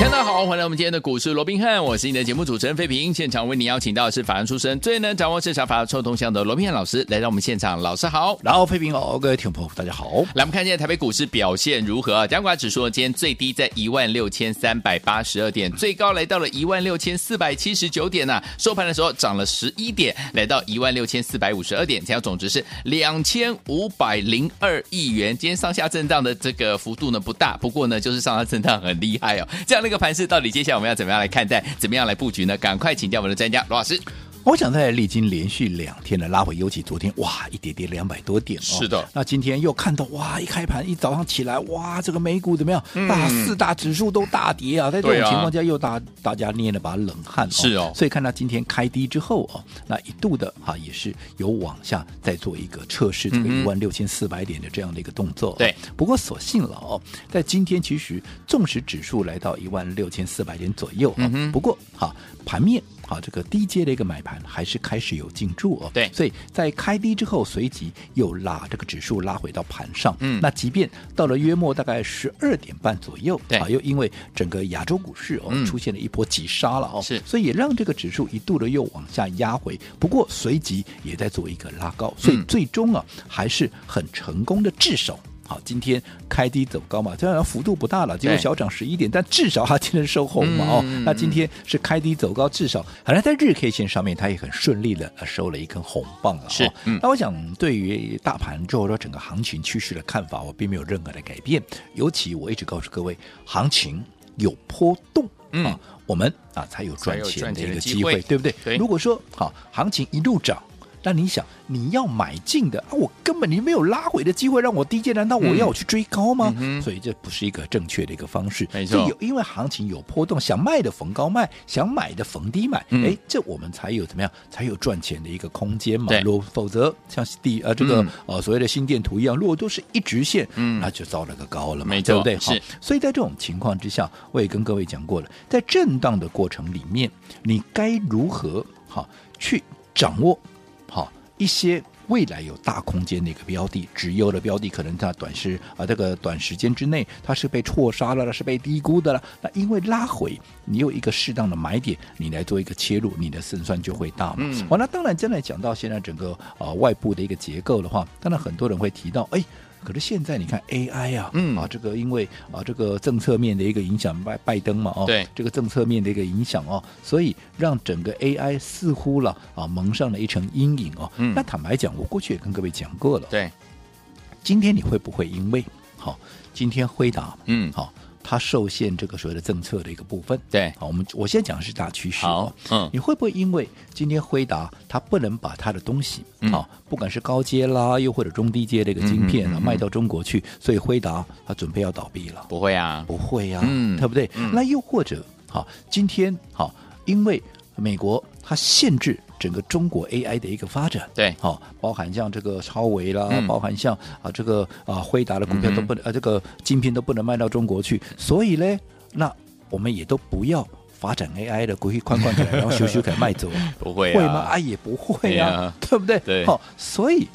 大家好，欢迎来我们今天的股市罗宾汉，我是你的节目主持人费平。现场为你邀请到的是法案出身、最能掌握市场法律臭动向的罗宾汉老师来到我们现场，老师好。然后，飞平好，各位听众朋友，大家好。来，我们看一下台北股市表现如何啊？加权指数呢今天最低在一万六千三百八十二点，最高来到了一万六千四百七十九点呐、啊收盘的时候涨了十一点，来到一万六千四百五十二点，成交总值是两千五百零二亿元。今天上下震荡的这个幅度呢不大，不过呢就是上下震荡很厉害哦。这样的一个盘势，到底接下来我们要怎么样来看待，怎么样来布局呢？赶快请教我们的专家罗老师。我想在历经连续两天的拉回，尤其昨天哇，一跌跌两百多点哦。是的那今天又看到哇，一开盘一早上起来哇，这个美股怎么样？大四大指数都大跌啊，在嗯这对啊种情况下又大大家捏了把冷汗、哦。是哦所以看到今天开低之后哦，那一度的哈、也是有往下再做一个测试这个嗯一哼万六千四百点的这样的一个动作、哦对，不过所幸了哦，在今天其实纵使指数来到一万六千四百点左右、哦，嗯哼不过哈盘面。啊，这个低阶的一个买盘还是开始有进驻哦。对所以在开低之后，随即又拉这个指数拉回到盘上。嗯那即便到了约莫大概十二点半左右，对啊，又因为整个亚洲股市哦、嗯出现了一波急杀了哦，是所以也让这个指数一度的又往下压回，不过随即也在做一个拉高，所以嗯最终啊、还是很成功的制守。好，今天开低走高嘛，虽然幅度不大了，结果对小涨十一点，但至少它今天收红嘛哦。嗯那今天是开低走高，至少好像在日 K 线上面，它也很顺利的收了一根红棒了、哦。是嗯那我想对于大盘或者说整个行情趋势的看法，我并没有任何的改变。尤其我一直告诉各位，行情有波动，嗯啊，我们啊才有才赚有钱赚的钱一的个机机会会，对不对？对如果说好行情一路涨。那你想，你要买进的啊，我根本你没有拉回的机会，让我低阶，难道我要我去追高吗？嗯哼所以这不是一个正确的一个方式。没所以错有因为行情有波动，想卖的逢高卖，想买的逢低买，哎、嗯这我们才有怎么样，才有赚钱的一个空间嘛对。若否则像第呃这个、嗯呃所谓的心电图一样，如果都是一直线，嗯那就造了个高了嘛，没错对不对？是好，所以在这种情况之下，我也跟各位讲过了，在震荡的过程里面，你该如何好去掌握好一些。未来有大空间的一个标的，直优的标的，可能它短时啊，这个短时间之内它是被错杀了，是被低估的了。那因为拉回，你有一个适当的买点，你来做一个切入，你的胜算就会大嘛。嗯好、那当然，真的讲到现在整个啊、呃外部的一个结构的话，当然很多人会提到，哎。可是现在你看 AI 啊，嗯啊，这个因为啊这个政策面的一个影响，拜拜登嘛，哦，对这个政策面的一个影响哦，所以让整个 AI 似乎了啊蒙上了一层阴影哦。嗯那坦白讲，我过去也跟各位讲过了，对，今天你会不会因为好、今天辉达嗯，好、它受限这个所谓的政策的一个部分，对，好，我们我先讲的是大趋势、哦好。，嗯，你会不会因为今天辉达它不能把它的东西啊、嗯不管是高阶啦，又或者中低阶的一个晶片嗯嗯啊，嗯嗯卖到中国去，所以辉达它准备要倒闭了？不会啊，不会呀、嗯对不对？嗯那又或者，好，今天好，因为美国它限制整个中国 AI 的一个发展，对好、包含像这个超维啦，嗯包含像啊这个啊辉达的股票嗯哼都不能、呃这个晶片都不能卖到中国去，所以呢，那我们也都不要。发展 AI 的，过去宽宽给，然后修修给卖走啊，不会啊，会吗？啊，也不会对啊啊，对不对？对好，所以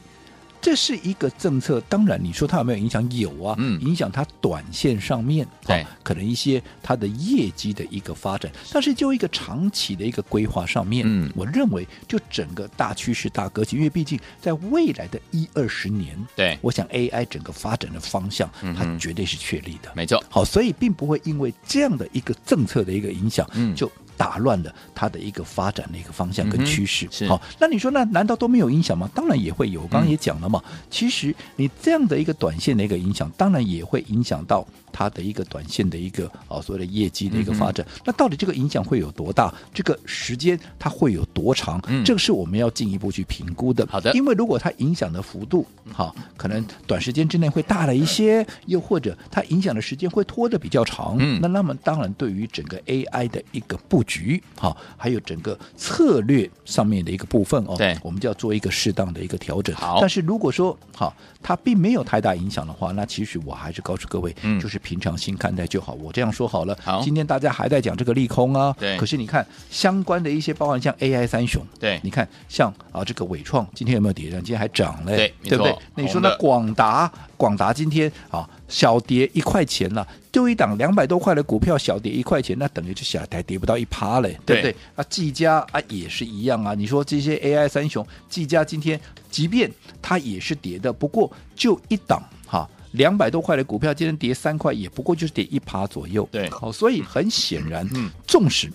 这是一个政策。当然，你说它有没有影响？有啊，嗯影响它短线上面，对好可能一些它的业绩的一个发展。但是就一个长期的一个规划上面，嗯我认为就整个大趋势、大格局，因为毕竟在未来的一二十年，对，我想 AI 整个发展的方向，嗯它哼绝对是确立的。没错，好，所以并不会因为这样的一个政策的一个影响，嗯就打乱了它的一个发展的一个方向嗯跟哼趋势。是嗯好，那你说那难道都没有影响吗？当然也会有，我刚刚也讲了嘛，其实你这样的一个短线的一个影响，当然也会影响到它的一个短线的一个啊所谓的业绩的一个嗯发展。那到底这个影响会有多大？这个时间它会有多长？嗯这个是我们要进一步去评估的。好的因为如果它影响的幅度，嗯好，可能短时间之内会大了一些，又或者它影响的时间会拖得比较长，嗯那那么当然对于整个 AI 的一个布局，好，还有整个策略上面的一个部分哦，对我们就要做一个适当的一个调整。好但是如果说好，它并没有太大影响的话，那其实我还是告诉各位，嗯就是平常心看待就好。我这样说好了，好今天大家还在讲这个利空啊，对可是你看相关的一些，包含像 AI 三雄，对你看像啊这个伟创今天有没有跌？今天还涨嘞，对没对不对错？那你说红那的广达，广达今天啊小跌一块钱了，就一档两百多块的股票小跌一块钱，那等于就下台跌不到一趴嘞，对不对对？啊，技嘉啊也是一样啊。你说这些 AI 三雄，技嘉今天即便它也是跌的，不过就一档哈。两百多块的股票，今天跌三块，也不过就是跌一趴左右。对好，所以很显然，嗯纵使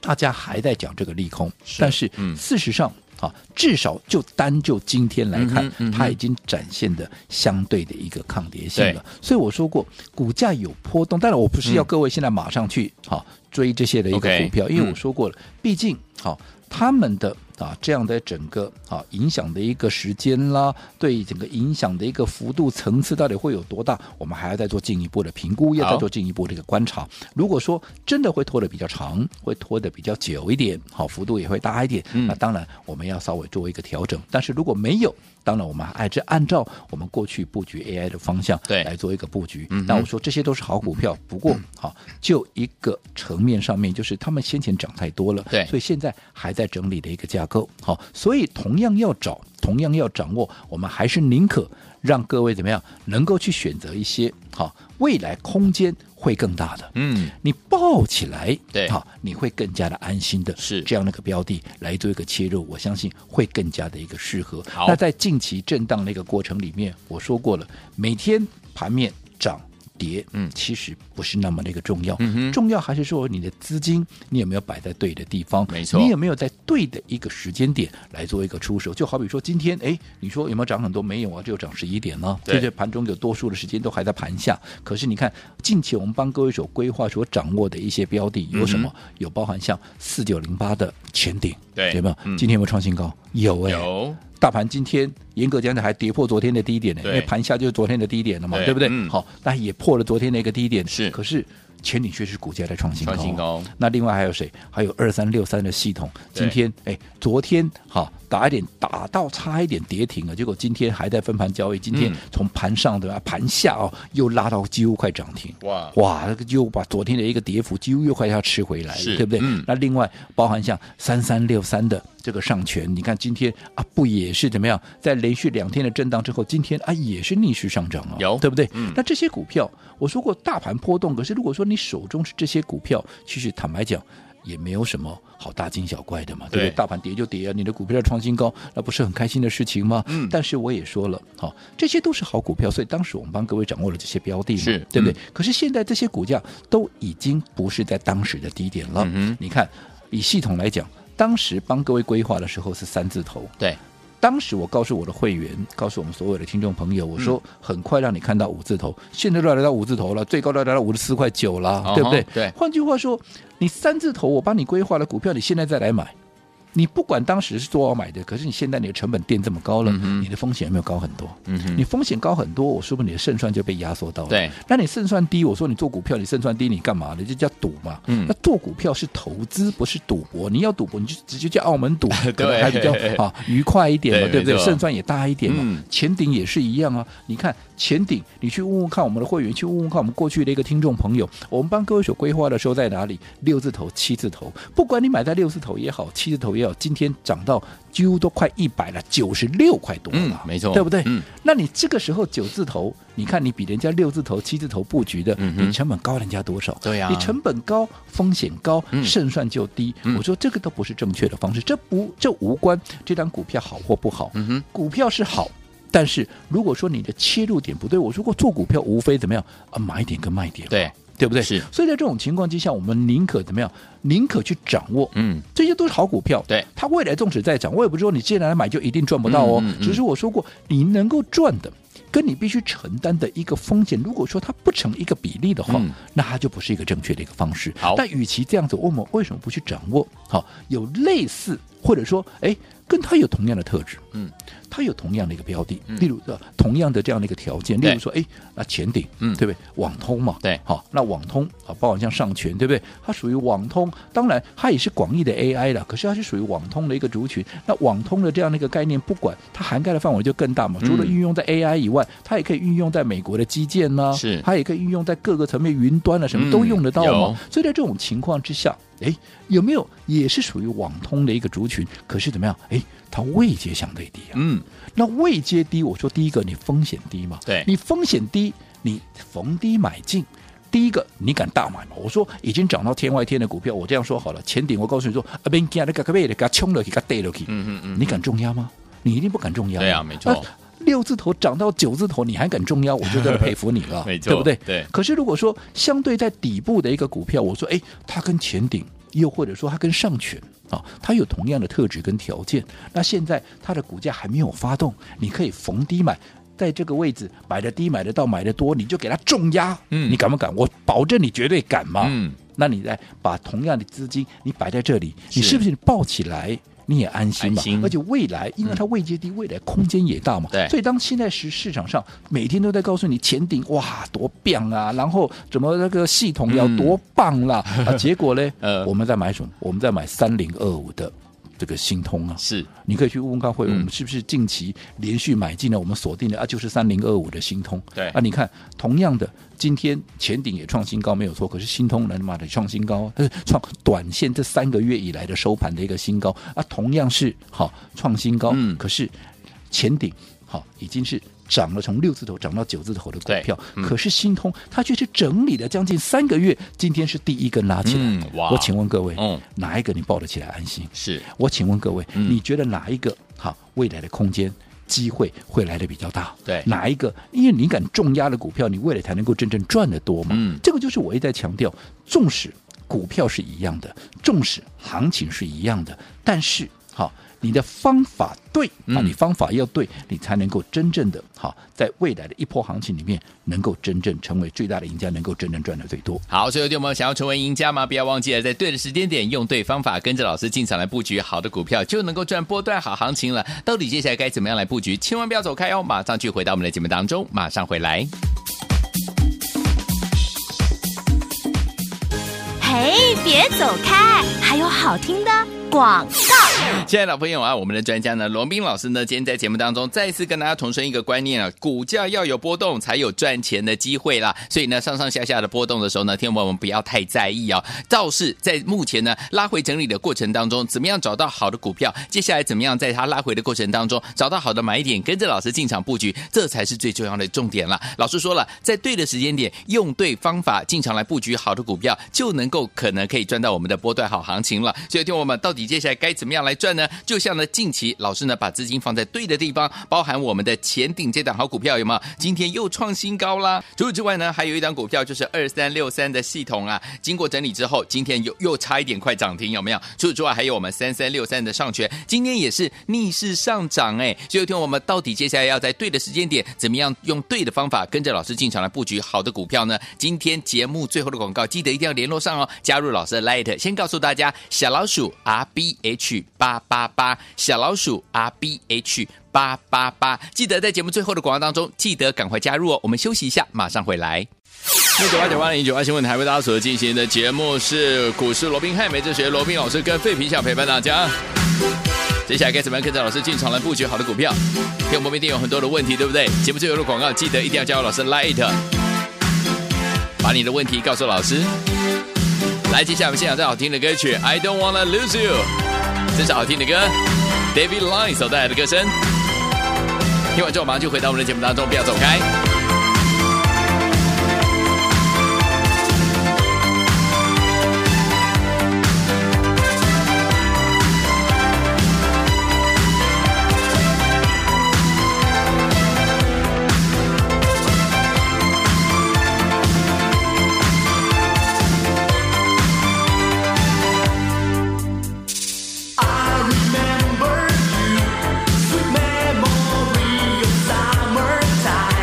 大家还在讲这个利空，是但是嗯事实上。啊，至少就单就今天来嗯，看哼嗯哼它已经展现的相对的一个抗跌性对了。所以我说过，股价有波动，当然我不是要嗯各位现在马上去好、追这些的一个 OK，股票，因为嗯我说过了，毕竟好、他们的啊这样的整个啊影响的一个时间啦，对整个影响的一个幅度层次到底会有多大，我们还要再做进一步的评估，要好再做进一步的一个观察。如果说真的会拖得比较长，会拖得比较久一点，好，幅度也会大一点，嗯那当然我们要稍微做一个调整。但是如果没有，当然我们还是按照我们过去布局 AI 的方向对来做一个布局。嗯哼嗯那我说这些都是好股票，不过好、就一个层面上面，就是他们先前涨太多了，对所以现在还在整理的一个架构。好、所以同样要找，同样要掌握，我们还是宁可让各位怎么样，能够去选择一些好、未来空间会更大的。嗯，你抱起来，对好，你会更加的安心的，是这样的一个标的来做一个切入，我相信会更加的一个适合。好那在近期震荡的一个过程里面，我说过了，每天盘面涨。跌，嗯其实不是那么的一个重要，嗯哼重要还是说你的资金你有没有摆在对的地方，没错你有没有在对的一个时间点来做一个出手？就好比说今天，哎，你说有没有涨很多？没有啊，只有涨十一点呢、对对不对？盘中有多数的时间都还在盘下。可是你看，近期我们帮各位所规划、所掌握的一些标的有什么？有包含像四九零八的前顶，嗯对对吧？嗯今天有没有创新高？有哎、有大盘今天严格讲起来还跌破昨天的低点呢，对因为盘下就是昨天的低点了嘛，对对不对？嗯好，但也破了昨天的一个低点。是可是前顶却是股价在创新高、啊创新。高，那另外还有谁？还有二三六三的系统，哦对今天哎，昨天好打一点打到差一点跌停了，啊结果今天还在分盘交易，今天嗯从盘上对吧，盘下哦又拉到几乎快涨停。哇，哇，那个就把昨天的一个跌幅几乎又快要吃回来了，啊是对不对？嗯那另外包含像三三六三的这个上权，你看今天啊，不也是怎么样？在连续两天的震荡之后，今天啊也是逆势上涨啊，有对不对？嗯那这些股票，我说过大盘波动，可是如果说你手中是这些股票，其实坦白讲。也没有什么好大惊小怪的嘛，对不对对？大盘跌就跌啊，你的股票创新高，那不是很开心的事情吗？嗯但是我也说了，好、这些都是好股票，所以当时我们帮各位掌握了这些标的嘛，是对不对？嗯可是现在这些股价都已经不是在当时的低点了。嗯哼你看，以系统来讲，当时帮各位规划的时候是三字头，对，当时我告诉我的会员，告诉我们所有的听众朋友，我嗯说很快让你看到五字头，现在都来到五字头了，最高都来到五十四块九了，哦吼对不对？对换句话说，你三字头我帮你规划了股票，你现在再来买。你不管当时是多少买的，可是你现在你的成本垫这么高了，嗯哼你的风险有没有高很多？嗯哼你风险高很多，我说不定你的胜算就被压缩到了。对，那你胜算低，我说你做股票你胜算低，你干嘛呢？这叫赌嘛。嗯那做股票是投资，不是赌博。你要赌博，你就直接去澳门赌，可 对能还比较啊愉快一点嘛，对对不对没？错胜算也大一点嘛。嗯前顶也是一样啊。你看前顶，你去问问看我们的会员，去问问看我们过去的一个听众朋友，我们帮各位所规划的时候在哪里？六字头、七字头，不管你买在六字头也好，七字头也好，今天涨到几乎都快一百了，九十六块多了嗯啊，，没错，对不对？嗯，那你这个时候九字头，你看你比人家六字头、七字头布局的，嗯哼你成本高人家多少？对呀你成本高，风险高，嗯胜算就低。嗯我说这个都不是正确的方式，这不这无关这张股票好或不好，嗯哼，股票是好。但是如果说你的切入点不对，我如果做股票无非怎么样啊，买点跟卖点，对，对不对？是所以在这种情况之下，我们宁可怎么样，宁可去掌握，嗯，这些都是好股票，对它未来纵使再涨，我也不是说你进来买就一定赚不到哦。嗯嗯嗯只是我说过，你能够赚的，跟你必须承担的一个风险，如果说它不成一个比例的话，嗯那它就不是一个正确的一个方式。好但与其这样子，我们为什么不去掌握好有类似或者说哎跟它有同样的特质，嗯，它有同样的一个标的，嗯例如呃同样的这样的一个条件，例对如说，哎，那前顶，嗯对不对？网通嘛，对好，那网通啊，包括像上权，对不对？它属于网通，当然它也是广义的 AI 了，可是它是属于网通的一个族群。那网通的这样的一个概念，不管它涵盖的范围就更大嘛，除了嗯运用在 AI 以外，它也可以运用在美国的基建呢、是它也可以运用在各个层面，云端啊嗯什么都用得到有嘛。所以在这种情况之下，哎，有没有也是属于网通的一个族群？可是怎么样？哎，它位阶相对低啊。嗯，那位阶低，我说第一个你风险低嘛，对你风险低，你逢低买进。第一个，你敢大买吗？我说已经涨到天外天的股票，我这样说好了，前顶我告诉你说，啊，边加那个被的给它冲了，给它跌了去，嗯嗯嗯你敢重压吗？你一定不敢重压嘛。对啊没错那六字头涨到九字头，你还敢重压，我就 真的佩服你了，没错对不对？对可是如果说相对在底部的一个股票，我说，哎，它跟前顶，又或者说它跟上权啊，它有同样的特质跟条件，那现在它的股价还没有发动，你可以逢低买。在这个位置买的低，买的到，买的多，你就给它重压，嗯你敢不敢？我保证你绝对敢嘛。嗯，那你再把同样的资金你摆在这里，是你是不是抱起来你也安心嘛？安心嗯而且未来因为它位阶低，未来空间也大嘛。对所以当现在市市场上每天都在告诉你前顶哇多棒啊，然后怎么那个系统要多棒啦，啊，结果呢，嗯 呃我们在买什么？我们在买三零二五的这个新通啊。是你可以去问问看会，嗯我们是不是近期连续买进了我们锁定的啊，就是三零二五的新通。对啊，你看同样的，今天前顶也创新高没有错，可是新通能妈的创新高啊，它是创短线这三个月以来的收盘的一个新高啊，同样是好创新高，嗯可是前顶好已经是。涨了从六字头涨到九字头的股对票，嗯可是新通它却是整理了将近三个月，今天是第一根拉起来。嗯哇我请问各位，嗯哪一个你抱得起来安心？是，我请问各位，嗯你觉得哪一个好未来的空间？机会会来的比较大，对哪一个？因为你敢重压的股票，你未来才能够真正赚得多嘛。嗯这个就是我一再强调，纵使股票是一样的，纵使行情是一样的，但是好，你的方法对啊，嗯你方法要对，你才能够真正的好，在未来的一波行情里面，能够真正成为最大的赢家，能够真正赚得最多。好，所以有听我们想要成为赢家吗？不要忘记了，在对的时间点，用对方法，跟着老师进场来布局好的股票，就能够赚波段好行情了。到底接下来该怎么样来布局？千万不要走开哦，马上去回到我们的节目当中，马上回来。嘿，别走开，还有好听的广告。 亲爱的老朋友啊，我们的专家呢，罗斌老师呢，今天在节目当中再次跟大家重申一个观念啊，股价要有波动才有赚钱的机会啦。所以呢，上上下下的波动的时候呢，天友们我们不要太在意哦。倒是在目前呢拉回整理的过程当中，怎么样找到好的股票？接下来怎么样在它拉回的过程当中找到好的买点，跟着老师进场布局，这才是最重要的重点啦。老师说了，在对的时间点，用对方法进场来布局好的股票，就能够可能可以赚到我们的波段好行情了。所以，听我们到底接下来该怎么样来赚呢？就像呢，近期老师呢把资金放在对的地方，包含我们的前顶这档好股票有没有？今天又创新高啦。除此之外呢，还有一档股票就是二三六三的系统啊，经过整理之后，今天又又差一点快涨停，有没有？除此之外，还有我们三三六三的上权，今天也是逆势上涨哎。所以，听我们到底接下来要在对的时间点，怎么样用对的方法，跟着老师进场来布局好的股票呢？今天节目最后的广告，记得一定要联络上哦，加入老师的 Light，先告诉大家小老鼠 R B H 八八八，小老鼠 R B H 八八八，记得在节目最后的广告当中，记得赶快加入哦。我们休息一下，马上回来。六九八九八零九八新闻台为大家所进行的节目是股市罗宾汉美哲学罗宾老师跟费皮想陪伴大家。接下来该怎么样跟着老师进场来布局好的股票？听我们一定有很多的问题，对不对？节目最后的广告记得一定要加入老师 Light，把你的问题告诉老师。来，接下来我们欣赏最好听的歌曲《I Don't Wanna Lose You》，这是好听的歌，David Line 所带来的歌声。听完之后马上就回到我们的节目当中，不要走开。 Remember you, sweet memory of summertime.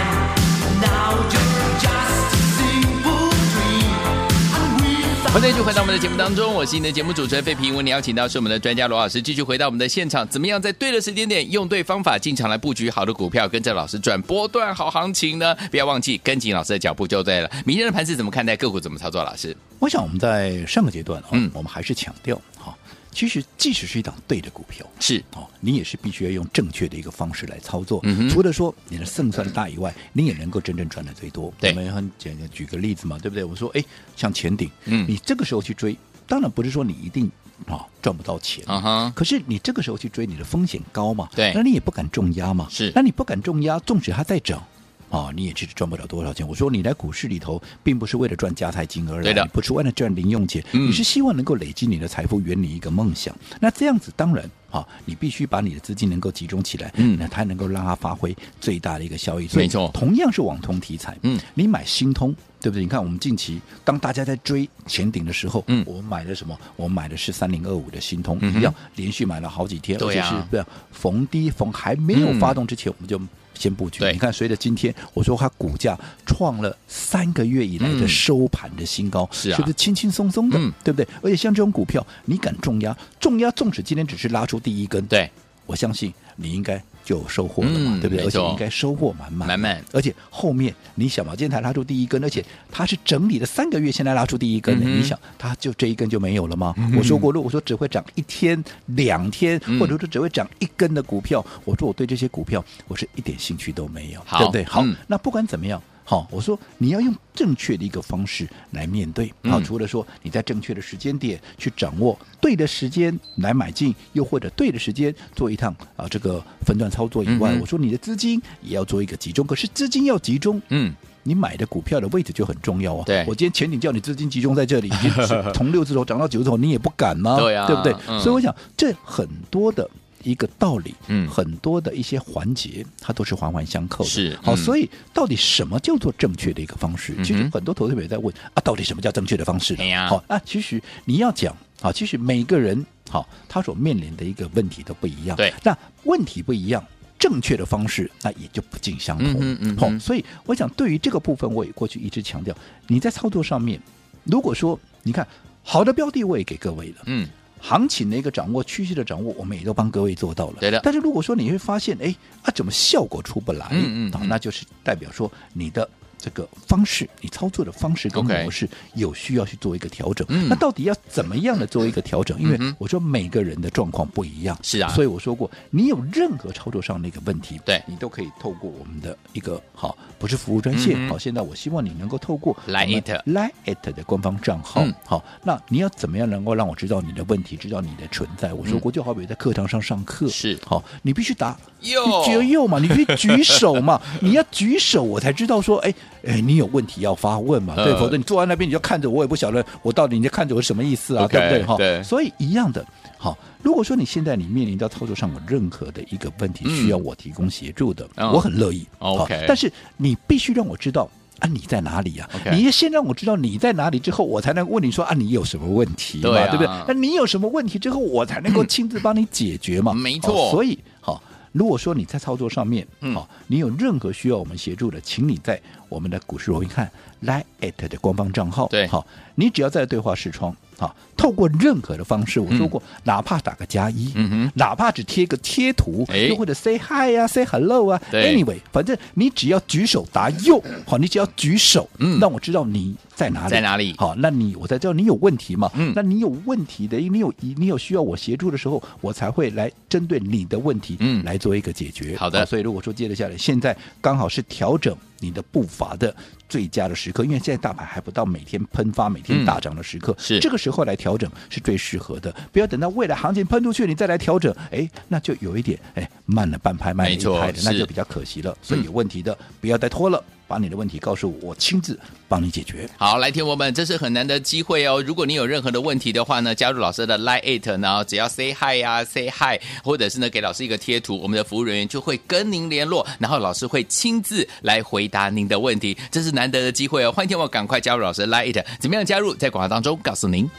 继续回到我们的节目当中，我是你的节目主持人费平。为你邀请到是我们的专家罗老师，继续回到我们的现场，怎么样在对的时间点，用对方法进场来布局好的股票，跟着老师赚波段好行情呢？不要忘记跟紧老师的脚步就对了。明天的盘是怎么看待，个股怎么操作？老师，我想我们在上个阶段啊、嗯我们还是强调哈、其实即使是一档对的股票，是哦，你也是必须要用正确的一个方式来操作。嗯哼除了说你的胜算大以外，你也能够真正赚的最多。对我们很简单举个例子嘛，对不对？我说，哎，像前顶，嗯你这个时候去追，当然不是说你一定啊、赚不到钱。啊哈，可是你这个时候去追，你的风险高嘛？对那你也不敢重压嘛？是那你不敢重压，纵使它再涨。啊、你也其实赚不了多少钱。我说你来股市里头，并不是为了赚加财金而来，对的你不是为了赚零用钱，嗯你是希望能够累积你的财富，圆你一个梦想。那这样子当然，啊、你必须把你的资金能够集中起来，嗯那它能够让它发挥最大的一个效益。没错同样是网通题材，嗯，你买新通，对不对？你看我们近期当大家在追前顶的时候，嗯我们买的什么？我们买的是三零二五的新通，嗯哼一样连续买了好几天，对而且呀是对、啊、逢低逢还没有嗯发动之前，我们就。先布局，对你看，随着今天我说它股价创了三个月以来的嗯收盘的新高，是啊不是轻轻松松的，嗯对不对？而且像这种股票，你敢重压，重压纵使今天只是拉出第一根，对，我相信你应该就有收获了嘛，嗯对不对？没而且错应该收获满满，满满而且后面你想嘛，今天才拉出第一根，而且它是整理了三个月，现在拉出第一根、嗯哼你想它就这一根就没有了吗？我说过，如果说只会涨一天、两天，嗯或者说只会涨一根的股票，我说我对这些股票我是一点兴趣都没有，好对不对？好，嗯那不管怎么样。好，我说你要用正确的一个方式来面对。好，嗯除了说你在正确的时间点去掌握对的时间来买进，又或者对的时间做一趟啊、这个分段操作以外，嗯哼我说你的资金也要做一个集中。可是资金要集中，嗯，你买的股票的位置就很重要啊。对我今天前景叫你资金集中在这 里，已经是从六字头涨到九字头，你也不敢吗？对啊对不对？嗯所以我想，这很多的一个道理，嗯很多的一些环节，它都是环环相扣的。是好，嗯所以到底什么叫做正确的一个方式？其嗯实哼很多投资者也在问啊，到底什么叫正确的方式呢哎呀？好啊，其实你要讲啊，其实每个人好，他所面临的一个问题都不一样。对，那问题不一样。正确的方式，那也就不尽相同。嗯哼嗯好哼所以我想对于这个部分，我也过去一直强调，你在操作上面，如果说你看好的标的，我也给各位了。嗯，行情的一个掌握、趋势的掌握，我们也都帮各位做到了。对的但是如果说你会发现，哎，啊，怎么效果出不来？嗯嗯好嗯那就是代表说你的这个方式，你操作的方式跟 OK 模式有需要去做一个调整。嗯那到底要怎么样的做一个调整？因为嗯哼我说每个人的状况不一样，是啊所以我说过，你有任何操作上的一个问题，对你都可以透过我们的一个好，不是服务专线，嗯哼好，现在我希望你能够透过 Line it Line it 的官方账号。嗯好，那你要怎么样能够让我知道你的问题，知道你的存在？我说过，就好比在课堂上上课，嗯是好，你必须答。哟 你只有右嘛，你可以举手嘛，你要举手，我才知道说，哎哎，你有问题要发问嘛，对，呃否则你坐在那边你就看着我，也不晓得我到底你在看着我是什么意思啊 OK，对不对？对所以一样的，好，如果说你现在你面临到操作上有任何的一个问题嗯需要我提供协助的，嗯我很乐意， OK 好但是你必须让我知道。啊，你在哪里呀、 OK 你要先让我知道你在哪里，之后我才能问你说啊，你有什么问题嘛，对啊对不对？那你有什么问题之后，我才能够亲自帮你解决嘛。嗯哦没错好所所以，好，如果说你在操作上面，嗯好，你有任何需要我们协助的，请你在我们的股市罗宾汉 Line at 的官方账号，对好，你只要在对话视窗，好，透过任何的方式，我说过，哪怕打个加一，嗯哼，哪怕只贴个贴图，哎又或者 say hi 啊，say hello 啊对，anyway，反正你只要举手答右，好，你只要举手，嗯让我知道你在哪里，在哪里好，那你我才知道你有问题嘛，嗯那你有问题的，你有疑你有需要我协助的时候，我才会来针对你的问题，嗯来做一个解决。啊好的所以如果说接着下来，现在刚好是调整你的步伐的最佳的时刻，因为现在大盘还不到每天喷发、每天嗯大涨的时刻，是这个时候来调整是最适合的，不要等到未来行情喷出去你再来调整，哎，那就有一点哎慢了半拍，慢了嗯没一错拍的，那是嗯就比较可惜了。所以有问题的、不要再拖了，把你的问题告诉我，我亲自帮你解决。好，来，听我们，这是很难得机会哦。如果你有任何的问题的话呢，加入老师的 Line It，然后只要 Say Hi 啊，Say Hi，或者是呢给老师一个贴图，我们的服务人员就会跟您联络，然后老师会亲自来回答您的问题，这是难得的机会哦。欢迎听我赶快加入老师的 Line It，怎么样加入？在广告当中告诉您。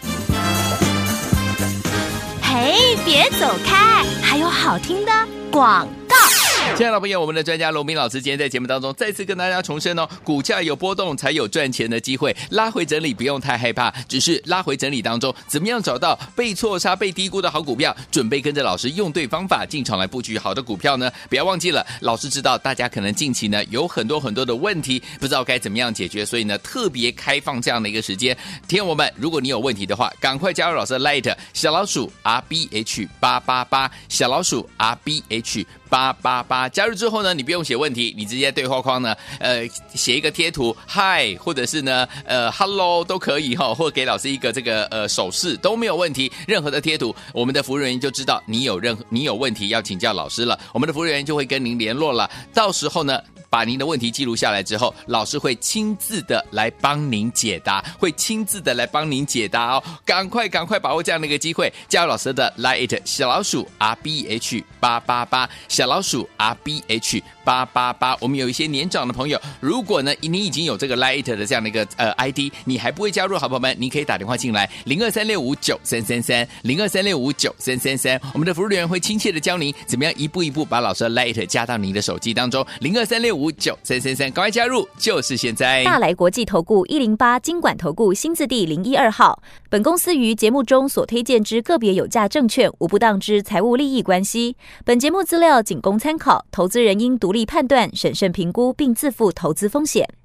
嘿，别走开，还有好听的广告。亲爱的朋友我们的专家罗明老师今天在节目当中再次跟大家重申哦，股价有波动才有赚钱的机会，拉回整理不用太害怕，只是拉回整理当中，怎么样找到被错杀、被低估的好股票，准备跟着老师用对方法进场来布局好的股票呢？不要忘记了，老师知道大家可能近期呢有很多很多的问题，不知道该怎么样解决，所以呢特别开放这样的一个时间，听友们，如果你有问题的话，赶快加入老师的 Light 小老鼠 R B H 八八八小老鼠 R B H。八八八加入之后呢，你不用写问题，你直接对话框呢，呃，写一个贴图，嗨，或者是呢，呃，hello 都可以哈、或给老师一个这个呃手势都没有问题，任何的贴图，我们的服务人员就知道你有任何你有问题要请教老师了，我们的服务人员就会跟您联络了，到时候呢。把您的问题记录下来之后，老师会亲自的来帮您解答，会亲自的来帮您解答哦。赶快赶快把握这样的一个机会，加入老师的 Lite 小老鼠 R B H 八八八小老鼠 R B H 八八八。我们有一些年长的朋友，如果呢你已经有这个 Lite 的这样的一个呃 ID，你还不会加入，好朋友们，你可以打电话进来零二三六五九三三三零二三六五九三三三，我们的服务人员会亲切的教您怎么样一步一步把老师的 Lite 加到您的手机当中零二三六五九三三三，赶快加入，就是现在。大来国际投顾一零八金管投顾新字第零一二号。本公司于节目中所推荐之个别有价证券，无不当之财务利益关系。本节目资料仅供参考，投资人应独立判断、审慎评估，并自负投资风险。